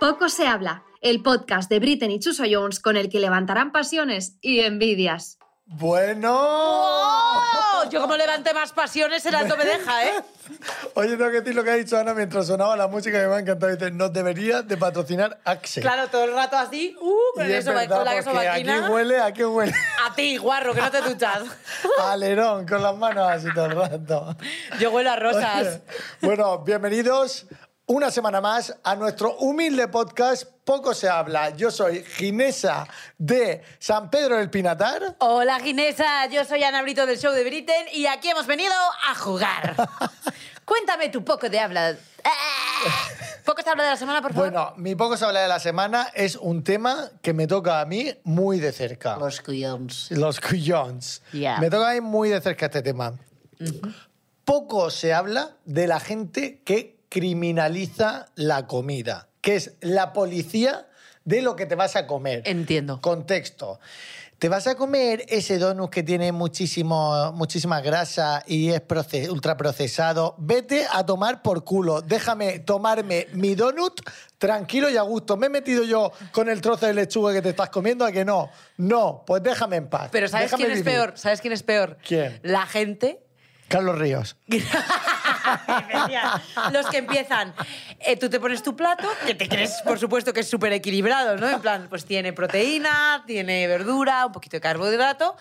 Poco se habla, el podcast de Britney y Chuso Jones con el que levantarán pasiones y envidias. Bueno. ¡Oh! Yo como levanté más pasiones, el alto me deja, ¿eh? Oye, tengo que decir lo que ha dicho Ana mientras sonaba la música que me ha encantado. Dice, nos debería de patrocinar Axe. Claro, todo el rato así, uh, con, Y es eso, verdad, con la porque aquí gasobaquina. huele, aquí huele. A ti, guarro, que no te duchas. a Alerón, con las manos así todo el rato. Yo huelo a rosas. Oye, Bueno, bienvenidos una semana más a nuestro humilde podcast Poco se habla. Yo soy Ginesa de San Pedro del Pinatar. Hola, Ginesa, yo soy Ana Brito del show de Britain y aquí hemos venido a jugar. Cuéntame tu poco de habla. Ah, Poco se habla de la semana, por favor. Bueno, mi Poco se habla de la semana es un tema que me toca a mí muy de cerca. Los cuyons. Los cuyons. Ya. Me toca a mí muy de cerca este tema. Poco se habla de la gente que criminaliza la comida, que es la policía de lo que te vas a comer. Entiendo. Contexto. Te vas a comer ese donut que tiene muchísimo, muchísima grasa y es proce- ultraprocesado. Vete a tomar por culo. Déjame tomarme mi donut tranquilo y a gusto. Me he metido yo con el trozo de lechuga que te estás comiendo a que no. No, pues déjame en paz. Pero ¿sabes Déjame quién es vivir. peor? ¿Sabes quién es peor? ¿Quién? La gente Carlos Ríos. Los que empiezan, eh, tú te pones tu plato, que te crees, por supuesto, que es súper equilibrado, ¿no? En plan, pues tiene proteína, tiene verdura, un poquito de carbohidrato.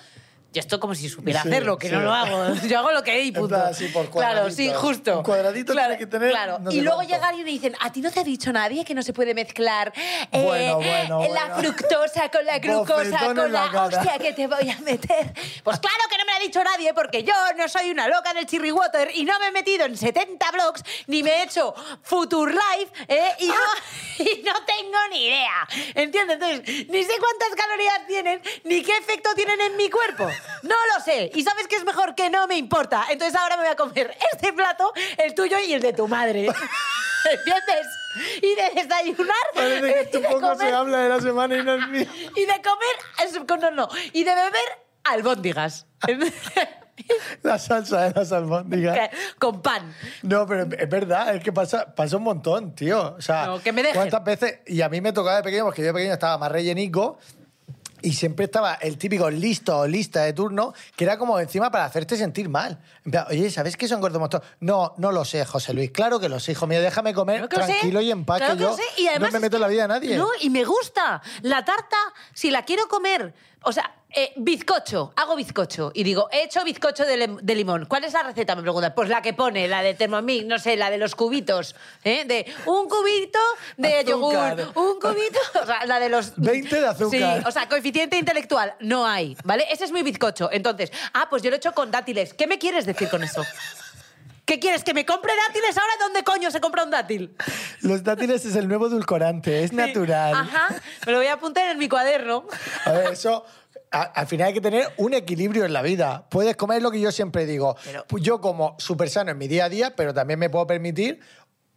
Yo esto como si supiera Sí, hacerlo, que sí. no lo hago. Yo hago lo que hay, En punto. plan, así, por claro, cuadraditos. sí, justo. Un cuadradito claro, tiene que tener Claro. no sé y luego cuánto. llega alguien y dicen, ¿a ti no te ha dicho nadie que no se puede mezclar eh, Bueno, bueno, la bueno. fructosa con la glucosa, Bofetón en con la, la cara. hostia que te voy a meter? Pues claro que no me lo ha dicho nadie, porque yo no soy una loca del Chirri Water y no me he metido en 70 blogs, ni me he hecho Future Life, ¿eh? y, no, y no tengo ni idea. ¿Entiendes? Entonces, ni sé cuántas calorías tienen, ni qué efecto tienen en mi cuerpo. No lo sé. Y sabes que es mejor que no me importa. Entonces ahora me voy a comer este plato, el tuyo y el de tu madre. ¿Entiendes? Y de desayunar. Parece que y tu de poco se comer- habla de la semana y no el mío. y de comer. No, no. Y de beber albóndigas. Eh, La salsa de las albóndigas. Con pan. No, pero es verdad, es que pasa, pasa un montón, tío. O sea, No, que me dejen. ¿cuántas veces? Y a mí me tocaba de pequeño, porque yo de pequeño estaba más rellenico y siempre estaba el típico listo o lista de turno que era como encima para hacerte sentir mal. En plan, Oye, ¿sabes que son gordos monstruos? No, no lo sé, José Luis. Claro que lo sé, hijo mío. Déjame comer Claro que lo sé. tranquilo y en paz, Claro que que lo yo sé. Y además no me es meto en la que- vida de nadie. No, y me gusta. La tarta, si la quiero comer. O sea, eh, bizcocho. Hago bizcocho. Y digo, he hecho bizcocho de, lem- de limón. ¿Cuál es la receta? Me preguntan. Pues la que pone, la de Thermomix, no sé, la de los cubitos. ¿eh? De un cubito de Azúcar. yogur, un cubito. O sea, la de los. 20 de azúcar. Sí, o sea, coeficiente intelectual no hay, ¿vale? Ese es mi bizcocho. Entonces, ah, pues yo lo he hecho con dátiles. ¿Qué me quieres decir con eso? ¿Qué quieres? ¿Que me compre dátiles ahora? ¿Dónde coño se compra un dátil? Los dátiles es el nuevo edulcorante, es natural. Ajá, me lo voy a apuntar en mi cuaderno. A ver, eso. a- al final hay que tener un equilibrio en la vida. Puedes comer lo que yo siempre digo. Pero- Pues yo como súper sano en mi día a día, pero también me puedo permitir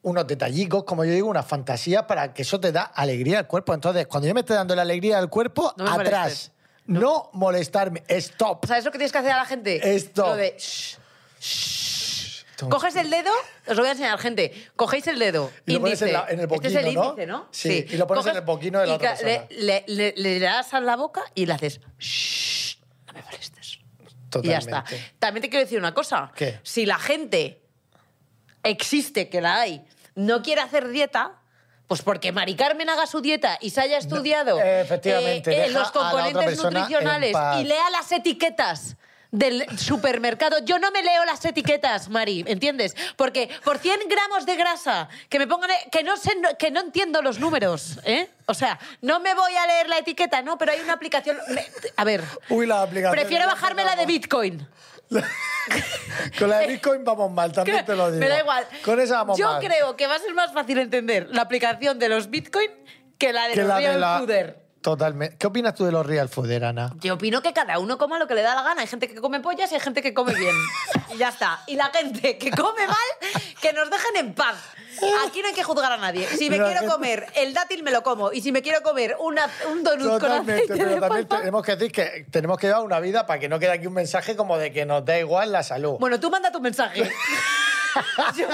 unos detallicos, como yo digo, unas fantasías para que eso te da alegría al cuerpo. Entonces, cuando yo me esté dando la alegría al cuerpo, No me atrás. molestes. No. molestarme. Stop. ¿Sabes lo que tienes que hacer a la gente? Esto. Lo de... shh, shh. Coges el dedo, os lo voy a enseñar, gente. Cogéis el dedo. Y lo pones índice. en la- en el este es el boquino, ¿no? índice, ¿no? Sí, y lo pones en el boquino de la y otra ca- le- persona. Le, le- le das a la boca y le haces... "Shh, no me molestes. Totalmente. Y ya está. También te quiero decir una cosa. ¿Qué? Si la gente existe, que la hay, no quiere hacer dieta, pues porque Mari Carmen haga su dieta y se haya estudiado eh, efectivamente, deja a los la otra componentes persona en nutricionales paz. y lea las etiquetas del supermercado. Yo no me leo las etiquetas, Mari, ¿entiendes? Porque por 100 gramos de grasa, que me pongan... eh, que no, sé, que no entiendo los números, ¿eh? O sea, no me voy a leer la etiqueta, no, pero hay una aplicación... me- a ver... Uy, la aplicación. Prefiero bajarme la de Bitcoin. Con la de Bitcoin vamos mal, también te lo digo. Me da igual. Con esa vamos Yo mal. creo que va a ser más fácil entender la aplicación de los Bitcoin que la de que los la de Real la- Fooder. Totalmente. ¿Qué opinas tú de los Real Fooder, Ana? Yo opino que cada uno coma lo que le da la gana. Hay gente que come pollas y hay gente que come bien. y ya está. Y la gente que come mal, que nos dejen en paz. Aquí no hay que juzgar a nadie. Si me La quiero gente- comer el dátil, me lo como. Y si me quiero comer una, un donut con Totalmente, aceite pero de también palma- tenemos que decir que tenemos que llevar una vida para que no quede aquí un mensaje como de que nos da igual la salud. Bueno, tú manda tu mensaje. Yo-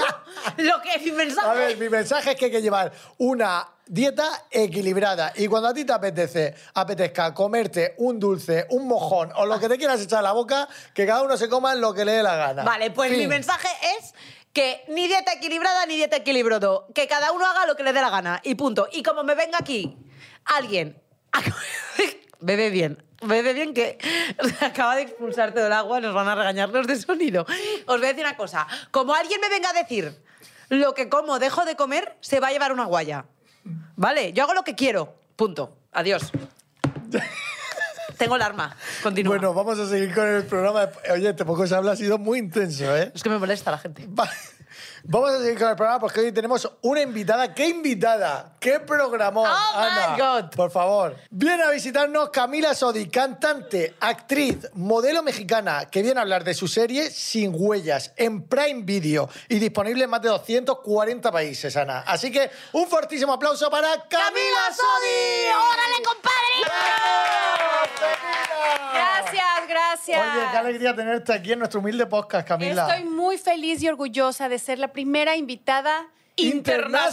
lo que mi mensaje... a ver, mi mensaje es que hay que llevar una dieta equilibrada. Y cuando a ti te apetece, apetezca comerte un dulce, un mojón o lo que te quieras echar a la boca, que cada uno se coma lo que le dé la gana. Vale, pues mi Fin. mensaje es que ni dieta equilibrada ni dieta equilibrado. Que cada uno haga lo que le dé la gana. Y punto. Y como me venga aquí alguien. a- bebe bien. Bebe bien que acaba de expulsarte del agua, nos van a regañar los de sonido. Os voy a decir una cosa. Como alguien me venga a decir lo que como dejo de comer, se va a llevar una guaya. ¿Vale? Yo hago lo que quiero. Punto. Adiós. Tengo el arma. Continúa. Bueno, vamos a seguir con el programa. Oye, este poco se habla ha sido muy intenso, ¿eh? Es que me molesta la gente. Va- Vamos a seguir con el programa porque hoy tenemos una invitada. ¡Qué invitada! ¡Qué programón! Oh, Ana! my God. Por favor. Viene a visitarnos Camila Sodi, cantante, actriz, modelo mexicana, que viene a hablar de su serie Sin Huellas, en Prime Video y disponible en más de 240 países, Ana. Así que un fortísimo aplauso para Camila, Sodi. ¡Órale, compadre! ¡Bienvenida! Gracias, gracias. Oye, qué alegría tenerte aquí en nuestro humilde podcast, Camila. Estoy muy feliz y orgullosa de ser la primera invitada.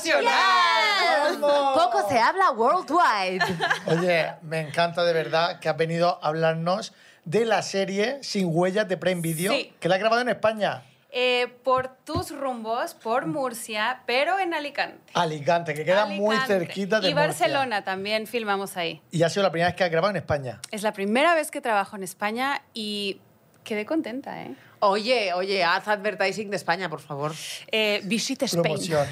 internacional. ¡Vamos! Poco se habla worldwide. Oye, me encanta de verdad que has venido a hablarnos de la serie Sin Huellas de Prime Video, Sí. que la has grabado en España. eh, por tus rumbos, por Murcia, pero en Alicante. Alicante, que queda muy Alicante. cerquita de Y Murcia. Barcelona también filmamos ahí. Y ha sido la primera vez que has grabado en España. Es la primera vez que trabajo en España y quedé contenta, ¿eh? Oye, oye, haz advertising de España, por favor. Eh, visit Spain. Promoción.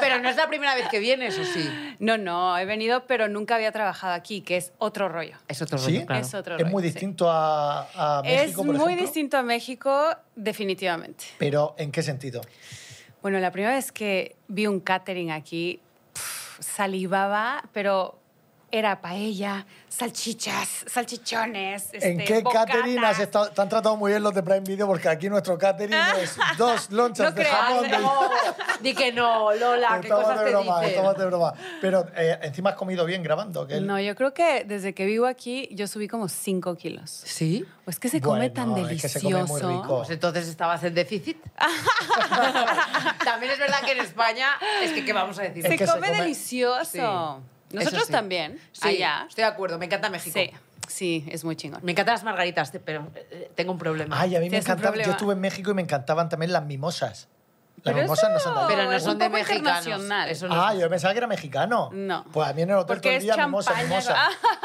Pero no es la primera vez que vienes, ¿o sí? No, no, he venido, pero nunca había trabajado aquí, que es otro rollo. Es otro ¿Sí? rollo, claro. Es otro es rollo, muy sí. distinto a, a México, es por muy ejemplo. distinto a México, definitivamente. Pero, ¿en qué sentido? Bueno, la primera vez que vi un catering aquí, pf, salivaba, pero era paella, salchichas, salchichones. ¿En este, qué bocatas. catering has estado? Te han tratado muy bien los de Prime Video porque aquí nuestro catering es dos lonchas No de creas, jamón. de- No, di que no, Ah, Lola, qué Estamos cosas de te broma, estamos dicen. de broma. Pero eh, encima has comido bien grabando. Que el- No, yo creo que desde que vivo aquí, yo subí como 5 kilos. ¿Sí? O es que se come Bueno, tan es delicioso. que se come muy rico. Pues entonces estabas en déficit. También es verdad que en España, es que, ¿qué vamos a decir? Es Se, que se come come- delicioso. Sí, Nosotros eso sí. también, Sí, allá. estoy de acuerdo, me encanta México. Sí, sí, es muy chingón. Me encantan las margaritas, te- pero eh, tengo un problema. Ay, a mí me Tienes un encantaban. Yo problema. estuve en México y me encantaban también las mimosas. Las Pero mimosas no son de eso- aquí. pero no es son un de poco mexicanos. internacional. Eso no Ah, yo pensaba que era mexicano. No. Pues a mí en el hotel Porque todo el es día mimosa, champaña, mimosa.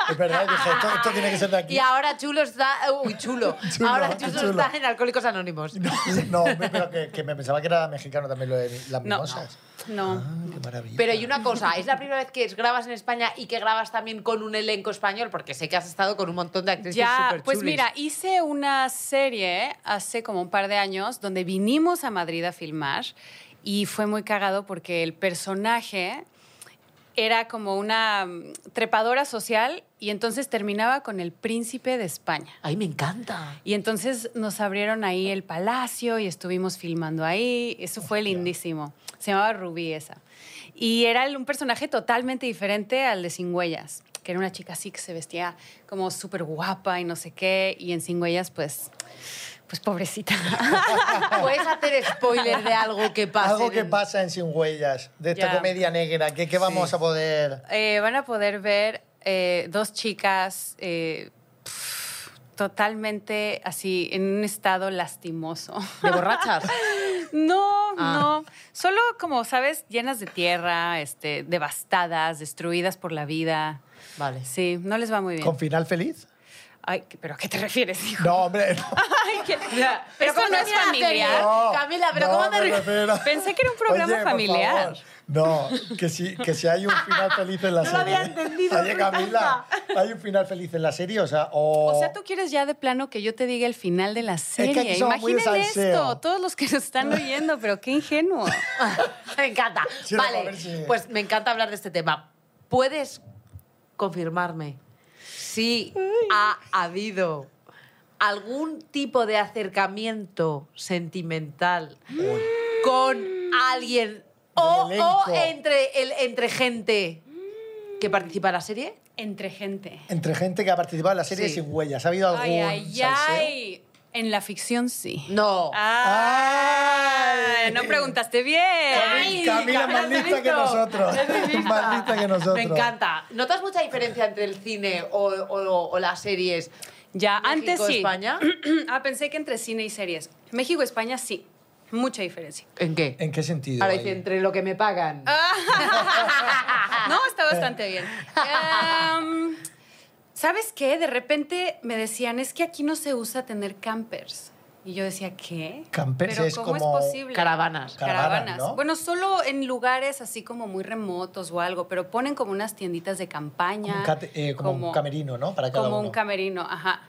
Es verdad, dije, esto, esto tiene que ser de Y aquí. ahora chulo está. Uy, chulo. Chulo, ahora chulo, chulo. está en Alcohólicos Anónimos. No, pero que, que me pensaba que era mexicano también lo de las No. mimosas. No. Ah, qué maravilla. Pero y una cosa, es la primera vez que grabas en España y que grabas también con un elenco español, porque sé que has estado con un montón de actrices Ya, superchulis. pues mira, hice una serie hace como un par de años donde vinimos a Madrid a filmar y fue muy cagado porque el personaje era como una mm, trepadora social y entonces terminaba con el príncipe de España. Ay, me encanta. Y entonces nos abrieron ahí el palacio y estuvimos filmando ahí. Eso fue lindísimo. Se llamaba Rubí esa. Y era el- un personaje totalmente diferente al de Sin Huellas, que era una chica así que se vestía como súper guapa y no sé qué. Y en Sin Huellas, pues, pues pobrecita. ¿Puedes hacer spoiler de algo que pase? Algo que en- pasa en Sin Huellas, de esta Ya. comedia negra, que, que vamos Sí. a poder... Eh, van a poder ver eh, dos chicas eh, pf, totalmente así, en un estado lastimoso. ¿De borrachas? No, Ah. no. Solo como, ¿sabes? Llenas de tierra, este, devastadas, destruidas por la vida. Vale. Sí, no les va muy bien. ¿Con final feliz? Ay, ¿pero a qué te refieres, hijo? No, hombre, no. Ay, que- Pero Esto ¿cómo no es termina la serie? familiar. No, Ah, Camila, pero no, ¿cómo te ríes? refiero- Pensé que era un programa por familiar. favor. No, que si, que si hay un final feliz en la No lo serie. había entendido Oye, nunca. Camila, ¿hay un final feliz en la serie? O sea, o... O sea, tú quieres ya de plano que yo te diga el final de la que aquí serie. somos muy de Imaginen salseo. esto, todos los que nos están oyendo, pero qué ingenuo. me encanta. Sí, vamos a vale, ver si- pues me encanta hablar de este tema. ¿Puedes confirmarme si ha habido algún tipo de acercamiento sentimental Uy. con alguien o, Del elenco. o entre, el, entre gente que participa en la serie? Entre gente. Entre gente que ha participado en la serie Sí. sin huellas, ¿ha habido algún Ay, ay, salseo? ay. En la ficción sí. No. Ah, no preguntaste bien. Cami- Camila es más lista que nosotros. Más lista que nosotros. Me encanta. ¿Notas mucha diferencia entre el cine o, o- o las series? Ya, México, antes sí. España? ah, pensé que entre cine y series. México, España sí. Mucha diferencia. ¿En qué? ¿En qué sentido? Ahora ahí? dice, entre lo que me pagan. Ah. no, está bastante bien. Em, ¿Sabes qué? De repente me decían, es que aquí no se usa tener campers. Y yo decía, ¿qué? Campers ¿Pero es cómo como es posible? Caravanas. Caravanas, Caravanas. ¿no? Bueno, solo en lugares así como muy remotos o algo, pero ponen como unas tienditas de Como campaña. un, cate- eh, como un camerino, ¿no? Para cada como uno. un camerino, ajá.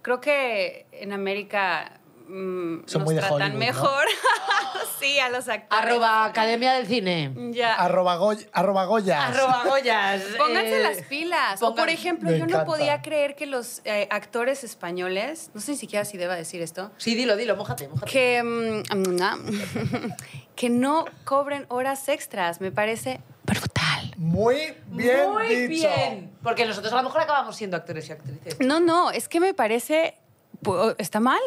Creo que en América mm, Son nos muy de tratan Hollywood, ¿no? mejor. sí, a los actores. Arroba Academia del Cine. Ya. Arroba, Goy- arroba Goyas. Arroba Goyas. Pónganse Eh, las pilas. O, pongan- por ejemplo, Me yo encanta. no podía creer que los eh, actores españoles, no sé ni siquiera si deba decir esto, Sí, dilo, dilo, mójate, mójate. que, mm, que no cobren horas extras. Me parece brutal. Muy bien Muy dicho. bien. Porque nosotros a lo mejor acabamos siendo actores y actrices. No, no, es que me parece. pu- Está mal.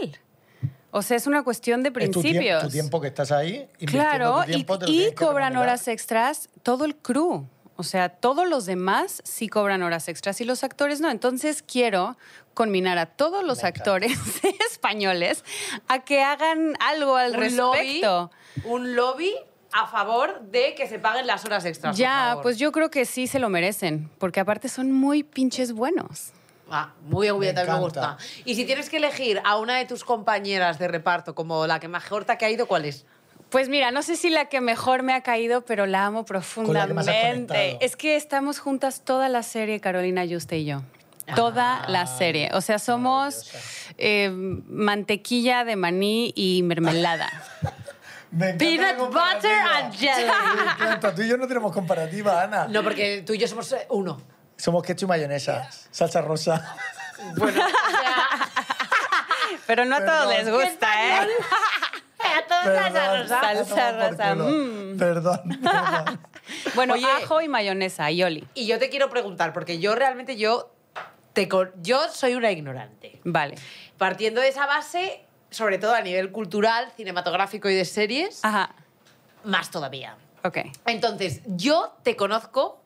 O sea, es una cuestión de Es Eh, tu, tiemp- principios. tu tiempo que estás ahí. invirtiendo Claro, tu y, tiempo, te lo y tienes que cobran remunerar. horas extras todo el crew. O sea, todos los demás sí cobran horas extras y los actores no. Entonces quiero combinar a todos los Me encanta. actores españoles a que hagan algo al respecto. Lobby, un lobby a favor de que se paguen las horas extras. por Ya, favor. pues yo creo que sí se lo merecen, porque aparte son muy pinches buenos. Ah, muy bien, muy bien, Me también me encanta. gusta. Y si tienes que elegir a una de tus compañeras de reparto como la que mejor te ha caído, ¿cuál es? Pues mira, no sé si la que mejor me ha caído, pero la amo la que más has profundamente. conectado. es que estamos juntas toda la serie, Carolina Yuste y yo. Toda la serie. O sea, somos eh, mantequilla de maní y mermelada. Me encanta la Peanut butter comparativa. and jelly. Me encanta. Tú y yo no tenemos comparativa, Ana. No, porque tú y yo somos eh, uno. Somos ketchup y mayonesa. Salsa rosa. Pero no a todos les gusta, ¿eh? A todos Perdón, las arrozas. la tomo Salsa por rosa, Mm. culo. Perdón, perdón. Bueno, Oye. ajo y mayonesa, y oli. Y yo te quiero preguntar, porque yo realmente yo, te, con- yo soy una ignorante. Vale. Partiendo de esa base, sobre todo a nivel cultural, cinematográfico y de series, Ah. Ajá. más todavía. Ok. Entonces, yo te conozco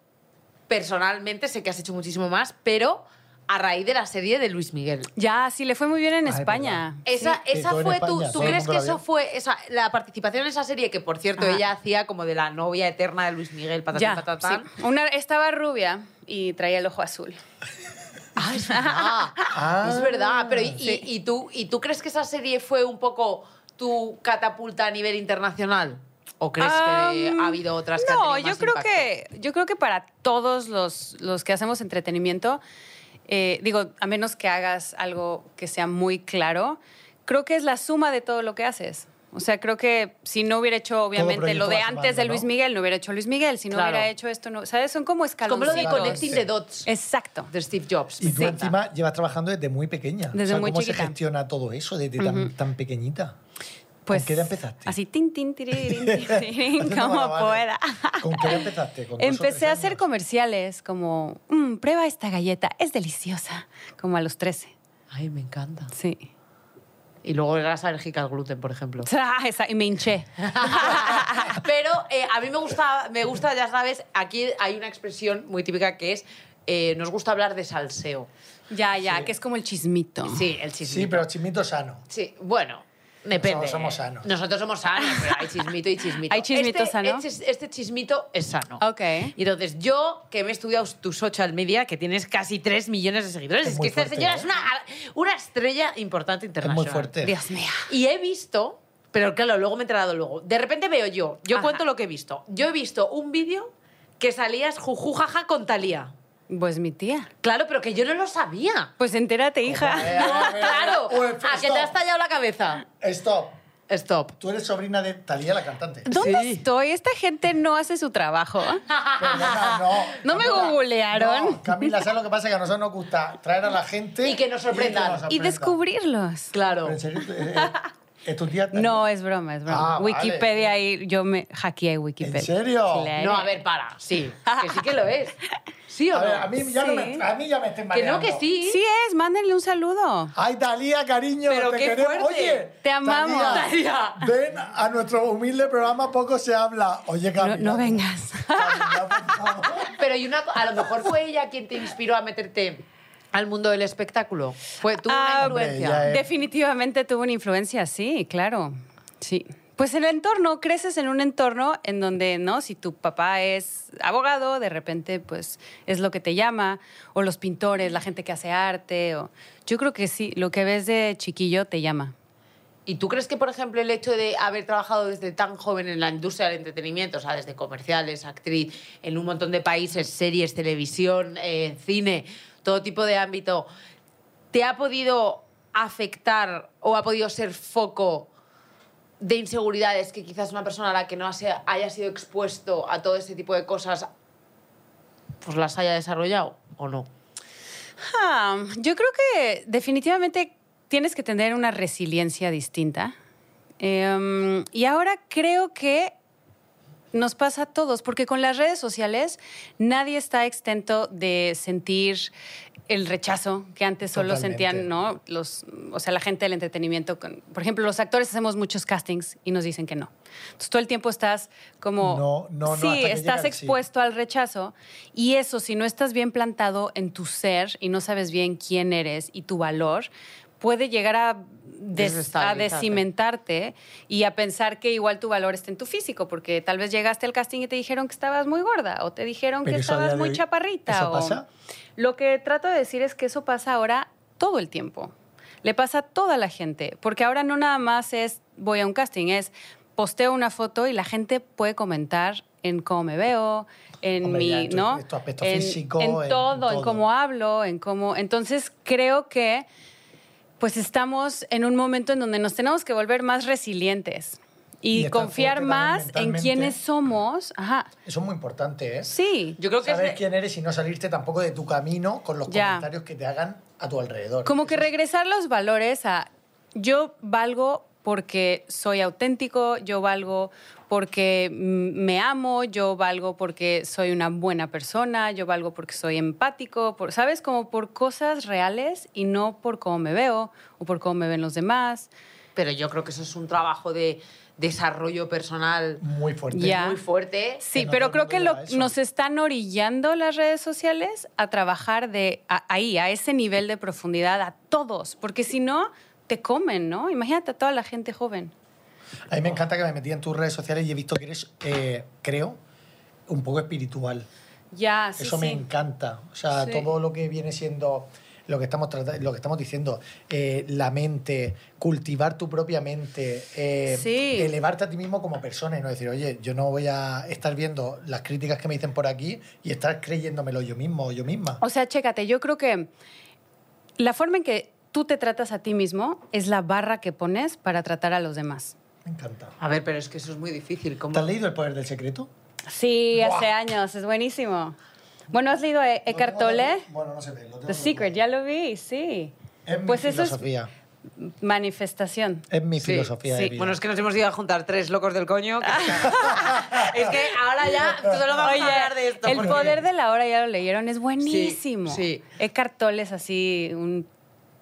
personalmente, sé que has hecho muchísimo más, pero a raíz de la serie de Luis Miguel. Ya, sí, le fue muy bien en Ay, España. Esa, Sí, esa que fue todo en tu. España, ¿Tú todo el crees mundo que la vio. eso fue. esa- la participación en esa serie, que por cierto Ajá. ella hacía como de la novia eterna de Luis Miguel, patatán, Ya, patatán. sí. Una, estaba rubia y traía el ojo azul. Ah, es verdad. Ah. es verdad. Pero y, y- y tú, ¿y tú crees que esa serie fue un poco tu catapulta a nivel internacional? ¿O crees que Am, ha habido otras que han No, tenido yo más creo impacto? que yo creo que para todos los, los que hacemos entretenimiento, eh, digo, a menos que hagas algo que sea muy claro, creo que es la suma de todo lo que haces. O sea, creo que si no hubiera hecho, obviamente, proyecto lo de va antes sumando, de Luis ¿no? Miguel, no hubiera hecho Luis Miguel. Si no Claro. hubiera hecho esto, no. ¿Sabes? Son como Es como lo de escaloncitos. Connecting the Dots Exacto. de Steve Jobs. Y tú Perfecta. encima llevas trabajando desde muy pequeña. Desde O sea, muy ¿Cómo se chiquita. gestiona todo eso desde tan, tan pequeñita? Pues, ¿Con qué edad empezaste? Así, tin, tin, tiririn, tiririn, Haciendo como malabares. pueda. ¿eh? ¿Con qué edad empezaste? ¿Con dos o Empecé tres a hacer años? comerciales como, "Mm, prueba esta galleta, es deliciosa, como a los 13. Ay, me encanta. Sí. Y luego eras alérgica al gluten, por ejemplo. Ah, esa- y me hinché. Pero eh, a mí me gusta, me gusta, ya sabes, aquí hay una expresión muy típica que es eh, nos gusta hablar de salseo. Ya, ya, que es como el chismito. Sí, el chismito. Sí, pero chismito sano. Sí, bueno, depende. Somos- somos sanos. Nosotros somos sanos, pero hay chismito y chismito. Hay chismito Este- sano. Este, este chismito es sano. Ok. Y entonces yo, que me he estudiado tu social media, que tienes casi 3 millones de seguidores, Es es, muy que esta fuerte, señora ¿eh? es una, una estrella importante Es internacional. muy fuerte. Dios mío. Y he visto, pero claro, luego me he enterado luego. De repente veo yo, yo Ajá. cuento lo que he visto. Yo he visto un vídeo que salías jujujaja con Talía. Pues mi tía. Claro, pero que yo no lo sabía. Pues entérate, Joder, hija. a ver, claro, Ah, Uy, a que te has tallado la cabeza. Stop. Stop. Tú eres sobrina de Talía, la cantante. ¿Dónde Sí. estoy? Esta gente no hace su trabajo. Perdona, no. No me Camila, googlearon. no, Camila, ¿sabes lo que pasa? Que a nosotros nos gusta traer a la gente... Y que nos sorprendan. nos Y descubrirlos. Claro. Pero en serio, eh, eh, ¿Es tu tía? No, es broma, es broma. Ah, vale. Wikipedia ahí, yo me hackeé Wikipedia. ¿En serio? Claro. No, a ver, para. Sí. Que sí que lo es. ¿Sí o A no? ver, a mí ya, no Sí. me, a mí ya me estoy Que mareando. no, que sí. Sí es, mándenle un saludo. Ay, Dalía, cariño, Pero te qué queremos. fuerte. Oye, Te amamos. Dalía, ven a nuestro humilde programa Poco se habla. Oye, No, Camila. no vengas. Camila, por favor. Pero y una, co- a lo mejor fue ella quien te inspiró a meterte al mundo del espectáculo. Fue tú una Ah, influencia. hombre, ya, eh. Definitivamente tuvo una influencia, sí, claro. Sí. Pues el entorno, creces en un entorno en donde, ¿no? Si tu papá es abogado, de repente, pues es lo que te llama, o los pintores, la gente que hace arte, o... Yo creo que sí, lo que ves de chiquillo te llama. ¿Y tú crees que, por ejemplo, el hecho de haber trabajado desde tan joven en la industria del entretenimiento, o sea, desde comerciales, actriz, en un montón de países, series, televisión, eh, cine, todo tipo de ámbito, ¿te ha podido afectar o ha podido ser foco de inseguridades que quizás una persona a la que no se haya sido expuesto a todo este tipo de cosas, pues las haya desarrollado o no? Ah, yo creo que definitivamente tienes que tener una resiliencia distinta. Em, y ahora creo que nos pasa a todos, porque con las redes sociales nadie está exento de sentir el rechazo que antes solo Totalmente. sentían, ¿no? Los, o sea, la gente del entretenimiento. con- por ejemplo, los actores hacemos muchos castings y nos dicen que no. Entonces, todo el tiempo estás como... No, no, no, Sí, hasta que estás llega el sí. expuesto expuesto al rechazo y eso si no estás bien plantado en tu ser y no sabes bien quién eres y tu valor puede llegar a, des- a Desestabilizarte. descimentarte y a pensar que igual tu valor está en tu físico porque tal vez llegaste al casting y te dijeron que estabas muy gorda o te dijeron Pero que eso a estabas día de muy hoy, chaparrita ¿eso o- pasa? lo que trato de decir es que eso pasa ahora todo el tiempo. Le pasa a toda la gente, porque ahora no nada más es voy a un casting, es posteo una foto y la gente puede comentar en cómo me veo, en Hombre, mi, ya, en tu- ¿no? en tu aspecto en, físico, en en todo, en todo. cómo hablo, en cómo. Entonces creo que pues estamos en un momento en donde nos tenemos que volver más resilientes Y y, estar confiar fuerte también más en mentalmente. quiénes somos. Ajá. Eso es muy importante, ¿eh? Sí. Yo creo que es Saber de- quién eres y no salirte tampoco de tu camino con los Ya. comentarios que te hagan a tu alrededor. Como que regresar los valores a yo valgo porque soy auténtico, yo valgo porque mm, me amo, yo valgo porque soy una buena persona, yo valgo porque soy empático, por, ¿sabes? Como por cosas reales y no por cómo me veo o por cómo me ven los demás. Pero yo creo que eso es un trabajo de desarrollo personal Muy fuerte. Ya. muy fuerte. Sí, Que no todo pero el creo que mundo lo- haga eso. nos están orillando las redes sociales a trabajar de a- ahí, a ese nivel de profundidad, a todos, porque si no, te comen, ¿no? Imagínate a toda la gente joven. A mí me encanta que me metí en tus redes sociales y he visto que eres, eh, creo, un poco espiritual. Ya, sí, Eso me sí. encanta. O sea, Sí. todo lo que viene siendo lo que estamos trata- lo que estamos diciendo, eh, la mente, cultivar tu propia mente, eh, Sí. elevarte a ti mismo como persona y no decir, oye, yo no voy a estar viendo las críticas que me dicen por aquí y estar creyéndomelo yo mismo o yo misma. O sea, chécate, yo creo que la forma en que tú te tratas a ti mismo es la barra que pones para tratar a los demás. Me encanta. A ver, pero es que eso es muy difícil. ¿Cómo? ¿Te has leído El Poder del Secreto? Sí, Buah. hace años, es buenísimo. Bueno, ¿has leído E- Eckhart Lo tengo Tolle? tatu- Bueno, no se ve. lo tengo The tatuado. Secret, ya lo vi, sí. Es mi Pues eso es filosofía. manifestación. Es mi Sí, filosofía de sí. vida. Bueno, es que nos hemos ido a juntar tres locos del coño. que- es que ahora ya solo vamos Oye, a hablar de esto. el porque- poder de la hora, ya lo leyeron, es buenísimo. sí. Eckhart Tolle es así un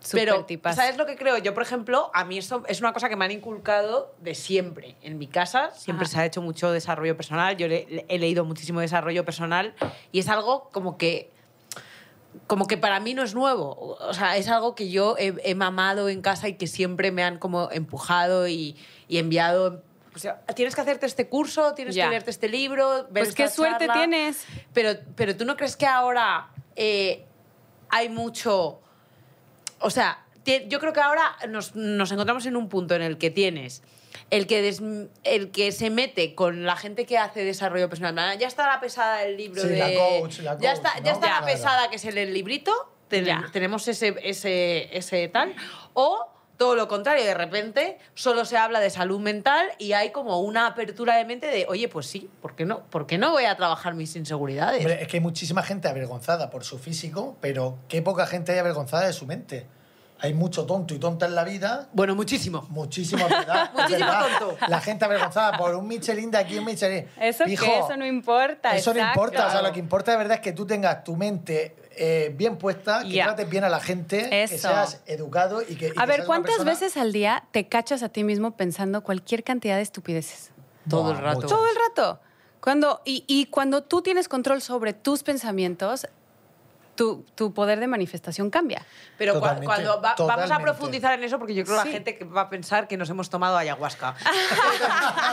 super Pero, ¿sabes lo que creo? Yo, por ejemplo, a mí eso es una cosa que me han inculcado de siempre. En mi casa siempre Ajá. se ha hecho mucho desarrollo personal. Yo le- le- he leído muchísimo desarrollo personal y es algo como que como que para mí no es nuevo. O sea, es algo que yo he, he mamado en casa y que siempre me han como empujado y, y enviado. O sea, tienes que hacerte este curso, tienes Ya. que leerte este libro. ver Pues qué esta suerte charla. tienes. Pero, pero tú no crees que ahora eh, hay mucho. O sea, ti- yo creo que ahora nos, nos encontramos en un punto en el que tienes el que, des- el que se mete con la gente que hace desarrollo personal. En plan, Ya está la pesada del libro Sí, de. la coach, la coach, ya está, ya ¿no? está Claro. la pesada que es el, el librito. Ten- Ya. Tenemos ese, ese, ese tal. O. Todo lo contrario, de repente solo se habla de salud mental y hay como una apertura de mente de, oye, pues sí, ¿por qué no? ¿Por qué no voy a trabajar mis inseguridades? Hombre, es que hay muchísima gente avergonzada por su físico, pero qué poca gente hay avergonzada de su mente. Hay mucho tonto y tonta en la vida. Bueno, muchísimo. Muchísimo, ¿verdad? Muchísimo ¿verdad? tonto. La gente avergonzada por un Michelin de aquí, un Michelin. Eso que Hijo, eso no importa. Eso no exacto. importa, o sea, lo que importa de verdad es que tú tengas tu mente eh, bien puesta, que Ya. trates bien a la gente, que Eso. seas educado y que... y que A seas ver, una ¿cuántas persona- veces al día te cachas a ti mismo pensando cualquier cantidad de estupideces? Todo el Buah, rato. mucho. Todo el rato. Cuando, y, y cuando tú tienes control sobre tus pensamientos, tu, tu poder de manifestación cambia. Pero cua- Totalmente, cuando va- vamos a totalmente. profundizar en eso, porque yo creo que Sí. la gente que va a pensar que nos hemos tomado ayahuasca.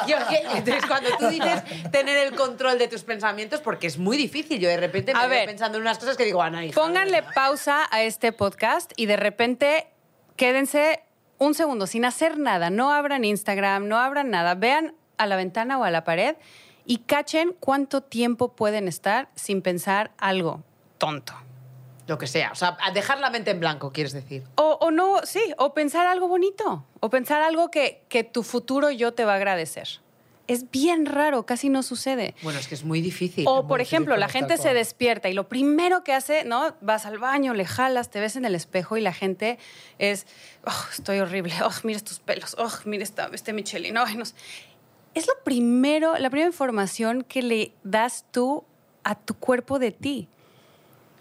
Yo- que- entonces, cuando tú dices tener el control de tus pensamientos, porque es muy difícil. Yo de repente me A veo ver. pensando en unas cosas que digo, Ana, hija, Pónganle pausa a este podcast y de repente quédense un segundo sin hacer nada. No abran Instagram, no abran nada. Vean a la ventana o a la pared y cachen cuánto tiempo pueden estar sin pensar algo tonto. lo que sea. O sea, a dejar la mente en blanco, quieres decir. O, o no, sí, o pensar algo bonito, o pensar algo que, que tu futuro yo te va a agradecer. Es bien raro, casi no sucede. Bueno, es que es muy difícil. O, muy por difícil ejemplo, la conectar gente se con- despierta y lo primero que hace, ¿no? Vas al baño, le jalas, te ves en el espejo y la gente es, oh, estoy horrible, oh, mira estos pelos, oh, mira esta, este Michelin, ay, no sé". Es lo primero, la primera información que le das tú a tu cuerpo de ti.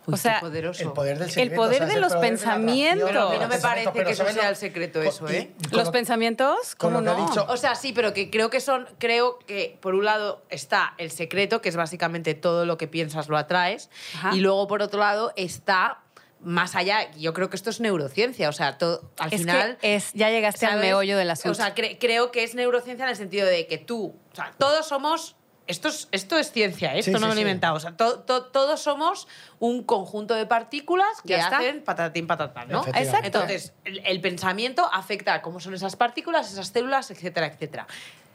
Uy, o sea, qué poderoso. El poder del El secreto, poder o sea, de es el los poder de la atracción, pensamientos. Pero a mí los no me pensamientos, parece pero que eso ¿saben sea lo- el secreto, con- eso, y- ¿eh? y con Los lo- pensamientos, con ¿cómo lo que ha no? dicho- O sea, sí, pero que creo que son, creo que por un lado está el secreto, que es básicamente todo lo que piensas lo atraes, Ajá. y luego por otro lado está más allá, yo creo que esto es neurociencia, o sea, todo, al es final... que es, ya llegaste al ¿sabes? meollo del asunto. O sea, cre- creo que es neurociencia en el sentido de que tú, o sea, todos somos. Esto es, esto es ciencia, ¿eh? Sí, esto sí, no me lo he sí. inventado. O sea, to- to- todos somos un conjunto de partículas que Ya está. hacen patatín patatán, ¿no? Efectivamente. Exacto. Entonces, el, el pensamiento afecta a cómo son esas partículas, esas células, etcétera, etcétera.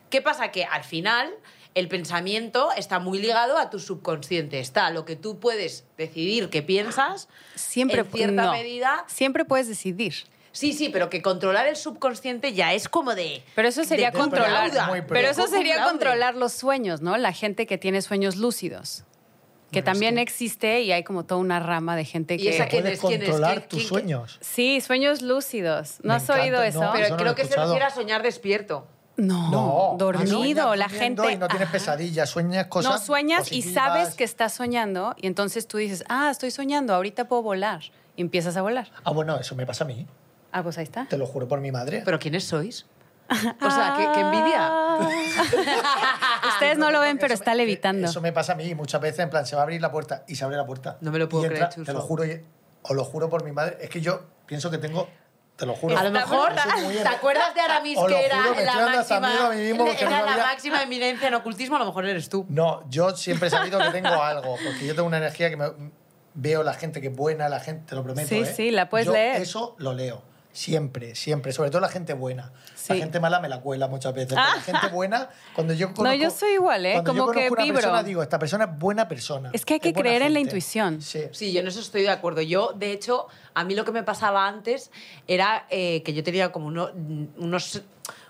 ¿Qué pasa? Que al final el pensamiento está muy ligado a tu subconsciente. Está lo que tú puedes decidir que piensas. Siempre en cierta no. medida Siempre puedes decidir. Sí, sí, pero que controlar el subconsciente ya es como de. Pero eso sería de cum controlar. laude. Muy Pero eso Cum sería laude. controlar los sueños, ¿no? La gente que tiene sueños lúcidos. Que también existe y hay como toda una rama de gente ¿Y que. esa ¿Quién Puedes es? ¿Quién es? controlar ¿Quién- tus quién- sueños. Sí, sueños lúcidos. ¿No Me has oído encanta, eso? no. Ah, Pero Eso no lo creo he que se escuchado. refiere a soñar despierto. No, dormido. sueñas la durmiendo gente. Y no tienes Ajá. pesadillas, sueñas cosas. No sueñas y positivas. sabes que estás soñando y entonces tú dices, ah, estoy soñando, ahorita puedo volar. Y empiezas a volar. Ah, bueno, eso me pasa a mí. Ah, pues ahí está. Te lo juro por mi madre. ¿Pero quiénes sois? O sea, qué, qué Ah, envidia. Ustedes no lo ven, Eso me- pero eh, está levitando. Eso me pasa a mí muchas veces, en plan, se va a abrir la puerta y se abre la puerta. No me lo Y puedo creer, entra- Te Chuso. lo juro, y- os lo juro por mi madre. Es que yo pienso que tengo, te lo juro. A lo mejor, Soy muy ¿te erra- acuerdas de Aramis Os lo que era juro, me estoy la dando hasta miedo máxima, a mí mismo porque era no la había- máxima eminencia en ocultismo? A lo mejor eres tú. No, yo siempre he sabido que tengo algo, porque yo tengo una energía que me- veo la gente que es buena, la gente, te lo prometo. Sí, ¿eh? sí, la puedes Yo leer. Eso lo leo. Siempre, siempre. Sobre todo la gente buena. Sí. Ah. La gente mala me la cuela muchas veces. pero La gente buena, cuando yo conozco... yo soy igual, ¿eh? cuando yo Como que conozco una vibro. persona, digo, esta persona es buena persona. Es que hay que es buena creer en la gente". intuición. Sí. Sí, yo en eso estoy de acuerdo. Yo, de hecho, a mí lo que me pasaba antes era eh, que yo tenía como uno- unos,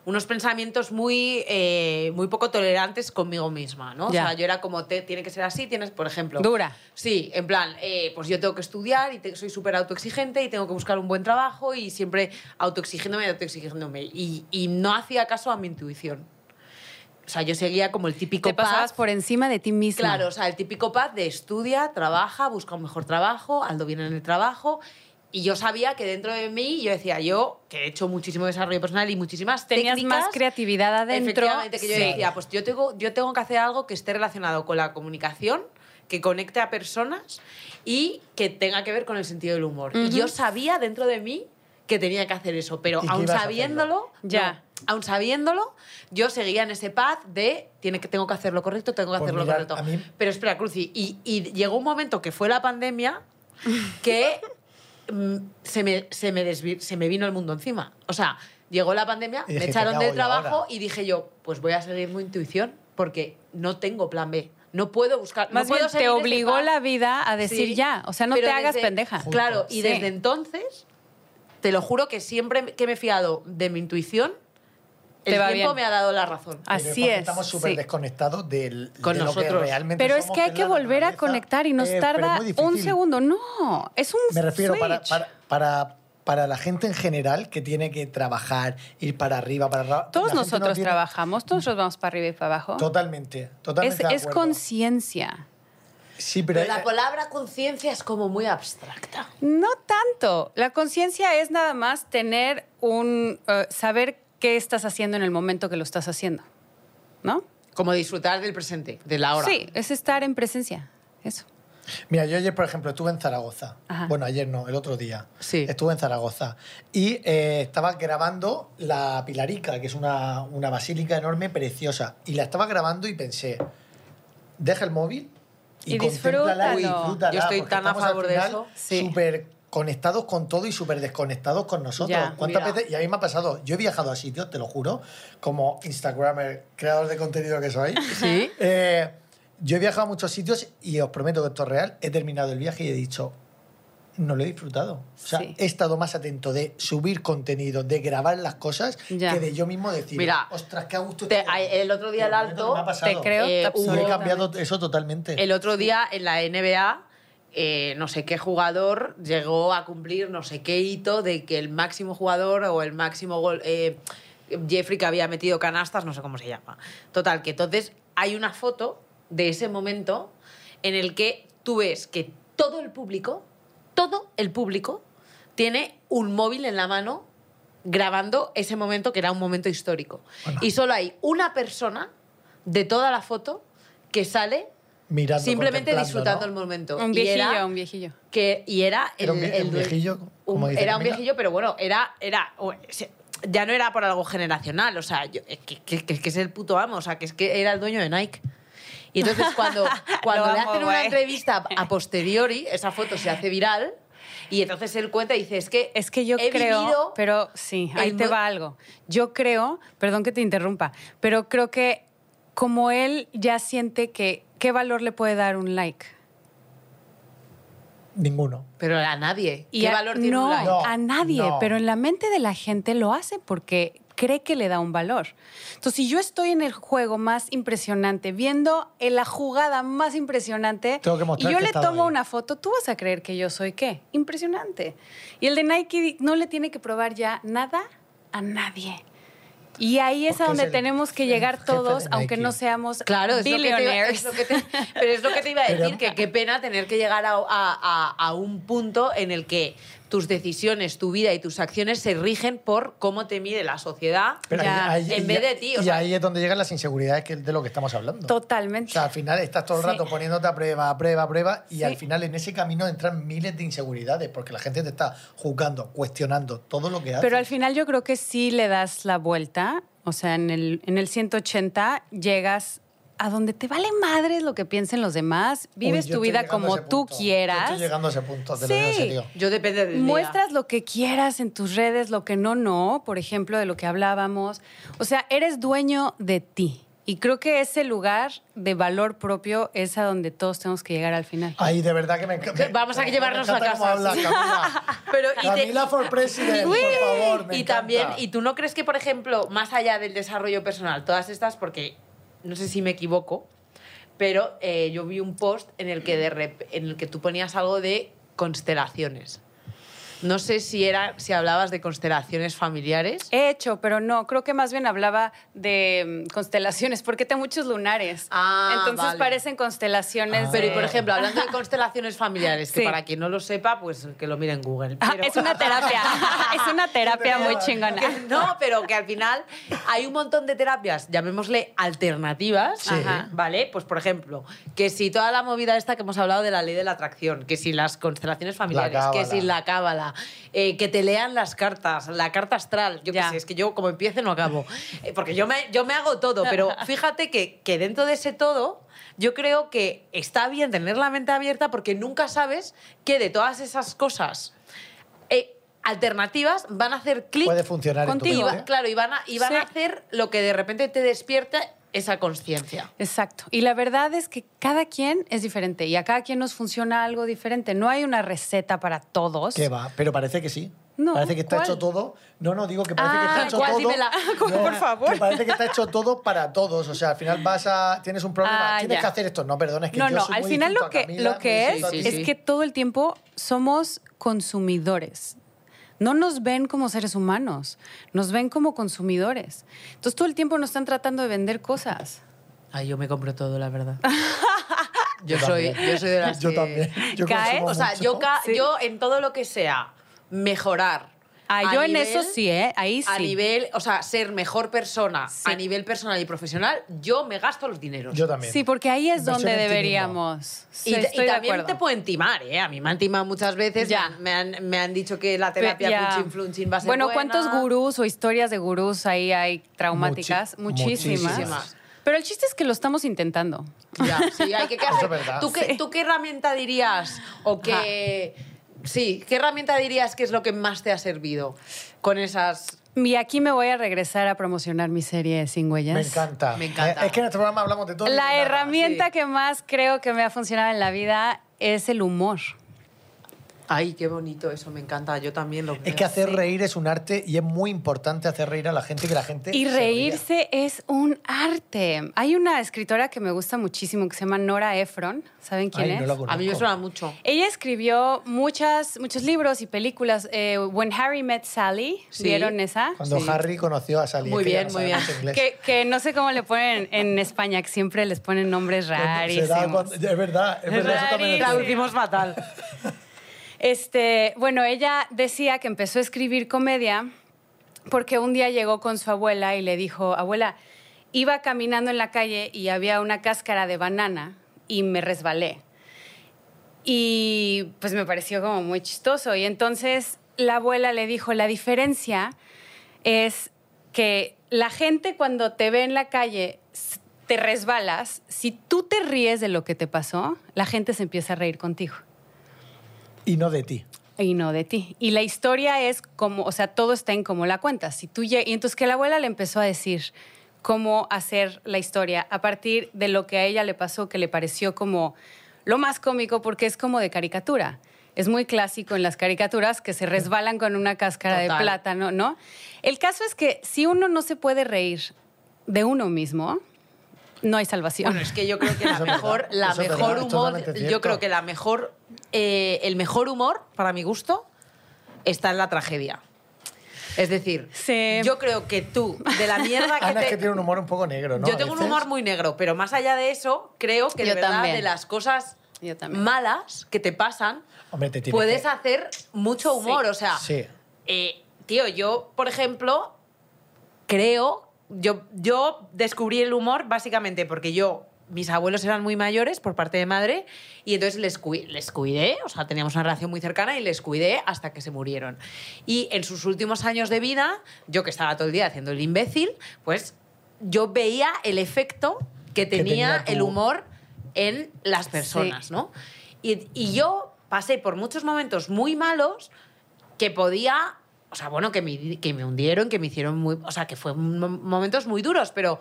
unos pensamientos muy, eh, muy poco tolerantes conmigo misma, ¿no? Ya. O sea, yo era como, te, tiene que ser así, tienes, por ejemplo... Dura. Sí, en plan, eh, pues yo tengo que estudiar y te- soy súper autoexigente y tengo que buscar un buen trabajo y siempre autoexigiéndome y autoexigiéndome. Y, y no hacía caso a mi intuición. O sea, yo seguía como el típico Te pasabas path por encima de ti mismo. Claro, o sea, el típico paz de estudia, trabaja, busca un mejor trabajo, Aldo bien en el trabajo. Y yo sabía que dentro de mí, yo decía, yo que he hecho muchísimo desarrollo personal y muchísimas Tenías técnicas. más creatividad adentro. Efectivamente, que yo Sí. decía, pues yo tengo, yo tengo que hacer algo que esté relacionado con la comunicación, que conecte a personas y que tenga que ver con el sentido del humor. Y yo sabía dentro de mí que tenía que hacer eso, pero Y que aún ibas a sabiéndolo, hacerlo. Ya. no, aún sabiéndolo, yo seguía en ese path de tiene que, tengo que hacer lo correcto, tengo que Pues hacer lo mirad, correcto. a mí- Pero espera, Cruci, y, y llegó un momento que fue la pandemia que mm, se, me, se, me desvi- se me vino el mundo encima. O sea, llegó la pandemia, Y me dije, echaron ¿qué del hago yo trabajo ahora? y dije yo, pues voy a seguir mi intuición porque no tengo plan B. No puedo buscar. no Más puedo bien te seguir ese obligó path. la vida a decir Sí, ya. O sea, no pero te hagas desde- pendeja. Claro, y Sí. desde entonces, te lo juro que siempre que me he fiado de mi intuición, el Te va tiempo bien. Ah, me ha dado la razón. Pero Así porque es, Estamos súper sí. desconectados del, Con de lo nosotros. que realmente Pero es somos, que hay es que la volver a naturaleza. conectar y nos Eh, pero es tarda muy un difícil. segundo. No, es un Me refiero para, switch. para, para para la gente en general que tiene que trabajar, ir para arriba, para abajo. La gente Todos no nosotros tiene- trabajamos, todos nosotros vamos para arriba y para abajo. Totalmente, es totalmente. de es acuerdo. conciencia. Sí, pero. Pero eh, la palabra conciencia es como muy abstracta. No tanto. La conciencia es nada más tener un eh, saber qué estás haciendo en el momento que lo estás haciendo. ¿No? Como disfrutar del presente, de la hora. Sí, es estar en presencia. Eso. Mira, yo ayer, por ejemplo, estuve en Zaragoza. Ajá. Bueno, ayer no, el otro día. Sí. Estuve en Zaragoza. Y eh, estaba grabando la Pilarica, que es una, una basílica enorme, preciosa. Y la estaba grabando y pensé, deja el móvil y, Y contémplala y disfrútalo. Uy, disfrútala. yo estoy porque tan a estamos al favor de final eso. Sí. Súper conectados con todo y súper desconectados con nosotros. Ya, ¿Cuántas mira. veces? Y a mí me ha pasado. Yo he viajado a sitios, te lo juro, como Instagramer, creador de contenido que soy. Sí. Eh, yo he viajado a muchos sitios y os prometo que esto es real. He terminado el viaje y he dicho, no lo he disfrutado. O sea, Sí. he estado más atento de subir contenido, de grabar las cosas, Ya. que de yo mismo decir, Mira, ostras, qué a gusto. Te- estoy aquí". el otro día Te el lo prometo que alto, me ha pasado. te creo, Eh, Y hubo- he absolutamente. cambiado eso totalmente. El otro día en la NBA, eh, no sé qué jugador llegó a cumplir no sé qué hito de que el máximo jugador o el máximo gol. eh, Jeffrey que había metido canastas, no sé cómo se llama. Total, que entonces hay una foto de ese momento en el que tú ves que todo el público, todo el público, tiene un móvil en la mano grabando ese momento que era un momento histórico. Y solo hay una persona de toda la foto que sale Mirando, simplemente contemplando, disfrutando ¿no? el momento. Un y viejillo, era, un viejillo. que, y era el, Era un vie- el un due- viejillo, como un- dice Era un Camila. viejillo, pero bueno, era. era o- se- ya no era por algo generacional, o sea, yo- es que, que- que- que es el puto amo, o sea, que es que era el dueño de Nike. Y entonces cuando, cuando Lo le amo, hacen una güey. entrevista a posteriori, esa foto se hace viral y entonces él cuenta y dice, es que, Es que yo he creo, vivido pero sí, ahí el te mo- va algo. Yo creo, perdón que te interrumpa, pero creo que como él ya siente que qué valor le puede dar un like. Ninguno. Pero a nadie. ¿Qué a- valor tiene no, un like? No, a nadie, no. pero en la mente de la gente lo hace porque cree que le da un valor. Entonces, si yo estoy en el juego más impresionante, viendo en la jugada más impresionante, Tengo que mostrar y yo que he le estado tomo ahí. una foto, tú vas a creer que yo soy qué? Impresionante. Y el de Nike no le tiene que probar ya nada a nadie. Y ahí es Porque a es donde el tenemos jefe que de llegar Nike. todos, aunque no seamos Claro, es lo, que te, iba- billionaires. es lo que te- pero es lo que te iba a decir, Pero- que qué pena tener que llegar a, a- a- a un punto en el que tus decisiones, tu vida y tus acciones se rigen por cómo te mide la sociedad. Pero Ya, en vez de ti, o y sea- ahí es donde llegan las inseguridades que- de lo que estamos hablando. O Totalmente. sea, al final estás todo el Sí. rato poniéndote a prueba, a prueba, a prueba, y Sí. al final en ese camino entran miles de inseguridades, porque la gente te está juzgando, cuestionando todo lo que haces. Pero al final yo creo que sí le das la vuelta, o sea, en el, en el 180 llegas a donde te vale madres lo que piensen los demás, Uy, vives yo tu estoy vida llegando a como ese tú punto. Yo quieras. Estoy llegando a ese punto, te lo digo en Sí. serio. Yo depende del día. Muestras lo que quieras en tus redes, lo que no, no, por ejemplo, de lo que hablábamos. O sea, eres dueño de ti. Y creo que ese lugar de valor propio es a donde todos tenemos que llegar al final. Ahí de verdad que me encanta. Vamos a llevarnos a casa, Habla, sí. Camila. Pero, y te- Camila for president, Uy. por favor. me y también, encanta. ¿y tú no crees que, por ejemplo, más allá del desarrollo personal, todas estas, porque no sé si me equivoco, pero eh, yo vi un post en el que de rep- en el que tú ponías algo de constelaciones. No sé si era si hablabas de constelaciones familiares. He hecho, pero no, creo que más bien hablaba de mm, constelaciones, porque tengo muchos lunares. Ah, Entonces vale. Ah. parecen constelaciones. Pero, y de- Ah. por ejemplo, hablando de constelaciones familiares, que Eh, Sí. para quien no lo sepa, pues que lo mire en Google. Ah, Pero- es una terapia, es una terapia muy chingona. que no, pero que al final hay un montón de terapias, llamémosle alternativas, Sí. Ajá. ¿vale? Pues por ejemplo, que si toda la movida esta que hemos hablado de la ley de la atracción, que si las constelaciones familiares, cábala. que si la cábala, eh, que te lean las cartas, la carta astral, yo qué Ya. sé, es que yo como empiece no acabo, Eh, porque yo me, yo me hago todo, pero fíjate que, que dentro de ese todo... Yo creo que está bien tener la mente abierta porque nunca sabes que de todas esas cosas eh, alternativas van a hacer clic Puede funcionar en tu ¿eh? y Contigo. va- mente. claro, y van, a, y van a Sí. hacer lo que de repente te despierta esa conciencia. Exacto. Y la verdad es que cada quien es diferente y a cada quien nos funciona algo diferente. No hay una receta para todos. ¿Qué va? Pero parece que sí. No, parece que está ¿cuál? hecho todo. No, no, digo que parece que Ah, está hecho ¿cuál? todo. Dímela. No, Por favor. que Parece que está hecho todo para todos. O sea, al final vas a. Tienes un problema. Ah, tienes ya. que hacer esto. No, perdón, es que no, yo no, soy al muy final distinto lo a que, Camila, lo muy que es distinto a ti. sí, es sí. que todo el tiempo somos consumidores No nos ven como seres humanos, nos ven como consumidores. Entonces todo el tiempo nos están tratando de vender cosas. Ay, yo me compro todo, la verdad. Yo, soy, yo soy de las Yo que- también. Yo Cae, consumo O sea, mucho. yo, ca- Sí. yo en todo lo que sea mejorar. Ah, a yo en nivel- eso sí, ¿eh? Ahí sí. A nivel, o sea, ser mejor persona Sí. a nivel personal y profesional, yo me gasto los dineros. Yo también. Sí, porque ahí es Inversión donde en ti mismo. deberíamos. Sí, y, te- y estoy de también acuerdo. te pueden timar, ¿eh? A mí me han timado muchas veces. Ya. Me, han, me han dicho que la terapia Ya. flunchin flunchin va a ser Bueno, buena. ¿cuántos gurús o historias de gurús ahí hay traumáticas? Muchi- muchísimas. muchísimas. Pero el chiste es que lo estamos intentando. Ya, sí, hay que Eso es verdad. ¿Tú, qué, tú qué herramienta dirías? O qué... Sí, ¿qué herramienta dirías que es lo que más te ha servido con esas... Y aquí me voy a regresar a promocionar mi serie Sin Huellas. Me encanta. Me encanta. Eh, Es que en este programa hablamos de todo. y de La nada. herramienta sí. que más creo que me ha funcionado en la vida es el humor. Ay, qué bonito eso, me encanta. Yo también lo er- Es que hacer reír es un arte y es muy importante hacer reír a la gente que la gente. Y se ría. reírse es un arte. Hay una escritora que me gusta muchísimo que se llama Nora Ephron. ¿Saben Ay, quién es? no la conozco. A mí me suena mucho. Ella escribió muchas, muchos libros y películas. Eh, When Harry Met Sally, Sí. ¿vieron esa? Cuando Sí. Harry conoció a Sally. Muy es que ya bien, no muy sabemos bien. inglés. Que, que no sé cómo le ponen en España, que siempre les ponen nombres Cuando se rarísimos. da cuando- Es verdad, es verdad. eso también lo Rarísimo. tengo. Traducimos fatal. Este, bueno, ella decía que empezó a escribir comedia porque un día llegó con su abuela y le dijo, abuela, iba caminando en la calle y había una cáscara de banana y me resbalé. Y pues me pareció como muy chistoso. Y entonces la abuela le dijo, la diferencia es que la gente cuando te ve en la calle s- te resbalas, si tú te ríes de lo que te pasó, la gente se empieza a reír contigo Y no de ti. y no de ti. Y la historia es como, o sea, todo está en cómo la cuentas. Si tú lle- y entonces que la abuela le empezó a decir cómo hacer la historia a partir de lo que a ella le pasó, que le pareció como lo más cómico porque es como de caricatura. Es muy clásico en las caricaturas que se resbalan con una cáscara de Total. plátano, ¿no? El caso es que si uno no se puede reír de uno mismo, no hay salvación. Bueno, es que yo creo que la Eso es verdad, mejor, la eso es mejor verdad, es humor, totalmente yo cierto. creo que la mejor, eh, el mejor humor, para mi gusto, está en la tragedia. Es decir, Sí. yo creo que tú, de la mierda que Ana te... es que tiene un humor un poco negro, ¿no? Este Yo A tengo un veces. humor muy negro, pero más allá de eso, creo que de Yo verdad también. de las cosas Yo también. malas que te pasan, Hombre, te tiene puedes que- hacer mucho humor. O sea, Sí. eh, tío, yo, por ejemplo, creo, yo, yo descubrí el humor básicamente porque yo, mis abuelos eran muy mayores por parte de madre y entonces les, cui- les cuidé, o sea, teníamos una relación muy cercana y les cuidé hasta que se murieron. Y en sus últimos años de vida, yo que estaba todo el día haciendo el imbécil, pues yo veía el efecto que tenía, tenía tu- el humor en las personas, ¿no? Y, y yo pasé por muchos momentos muy malos que podía, o sea, bueno, que me, que me hundieron, que me hicieron muy, o sea, que fue mo- momentos muy duros, pero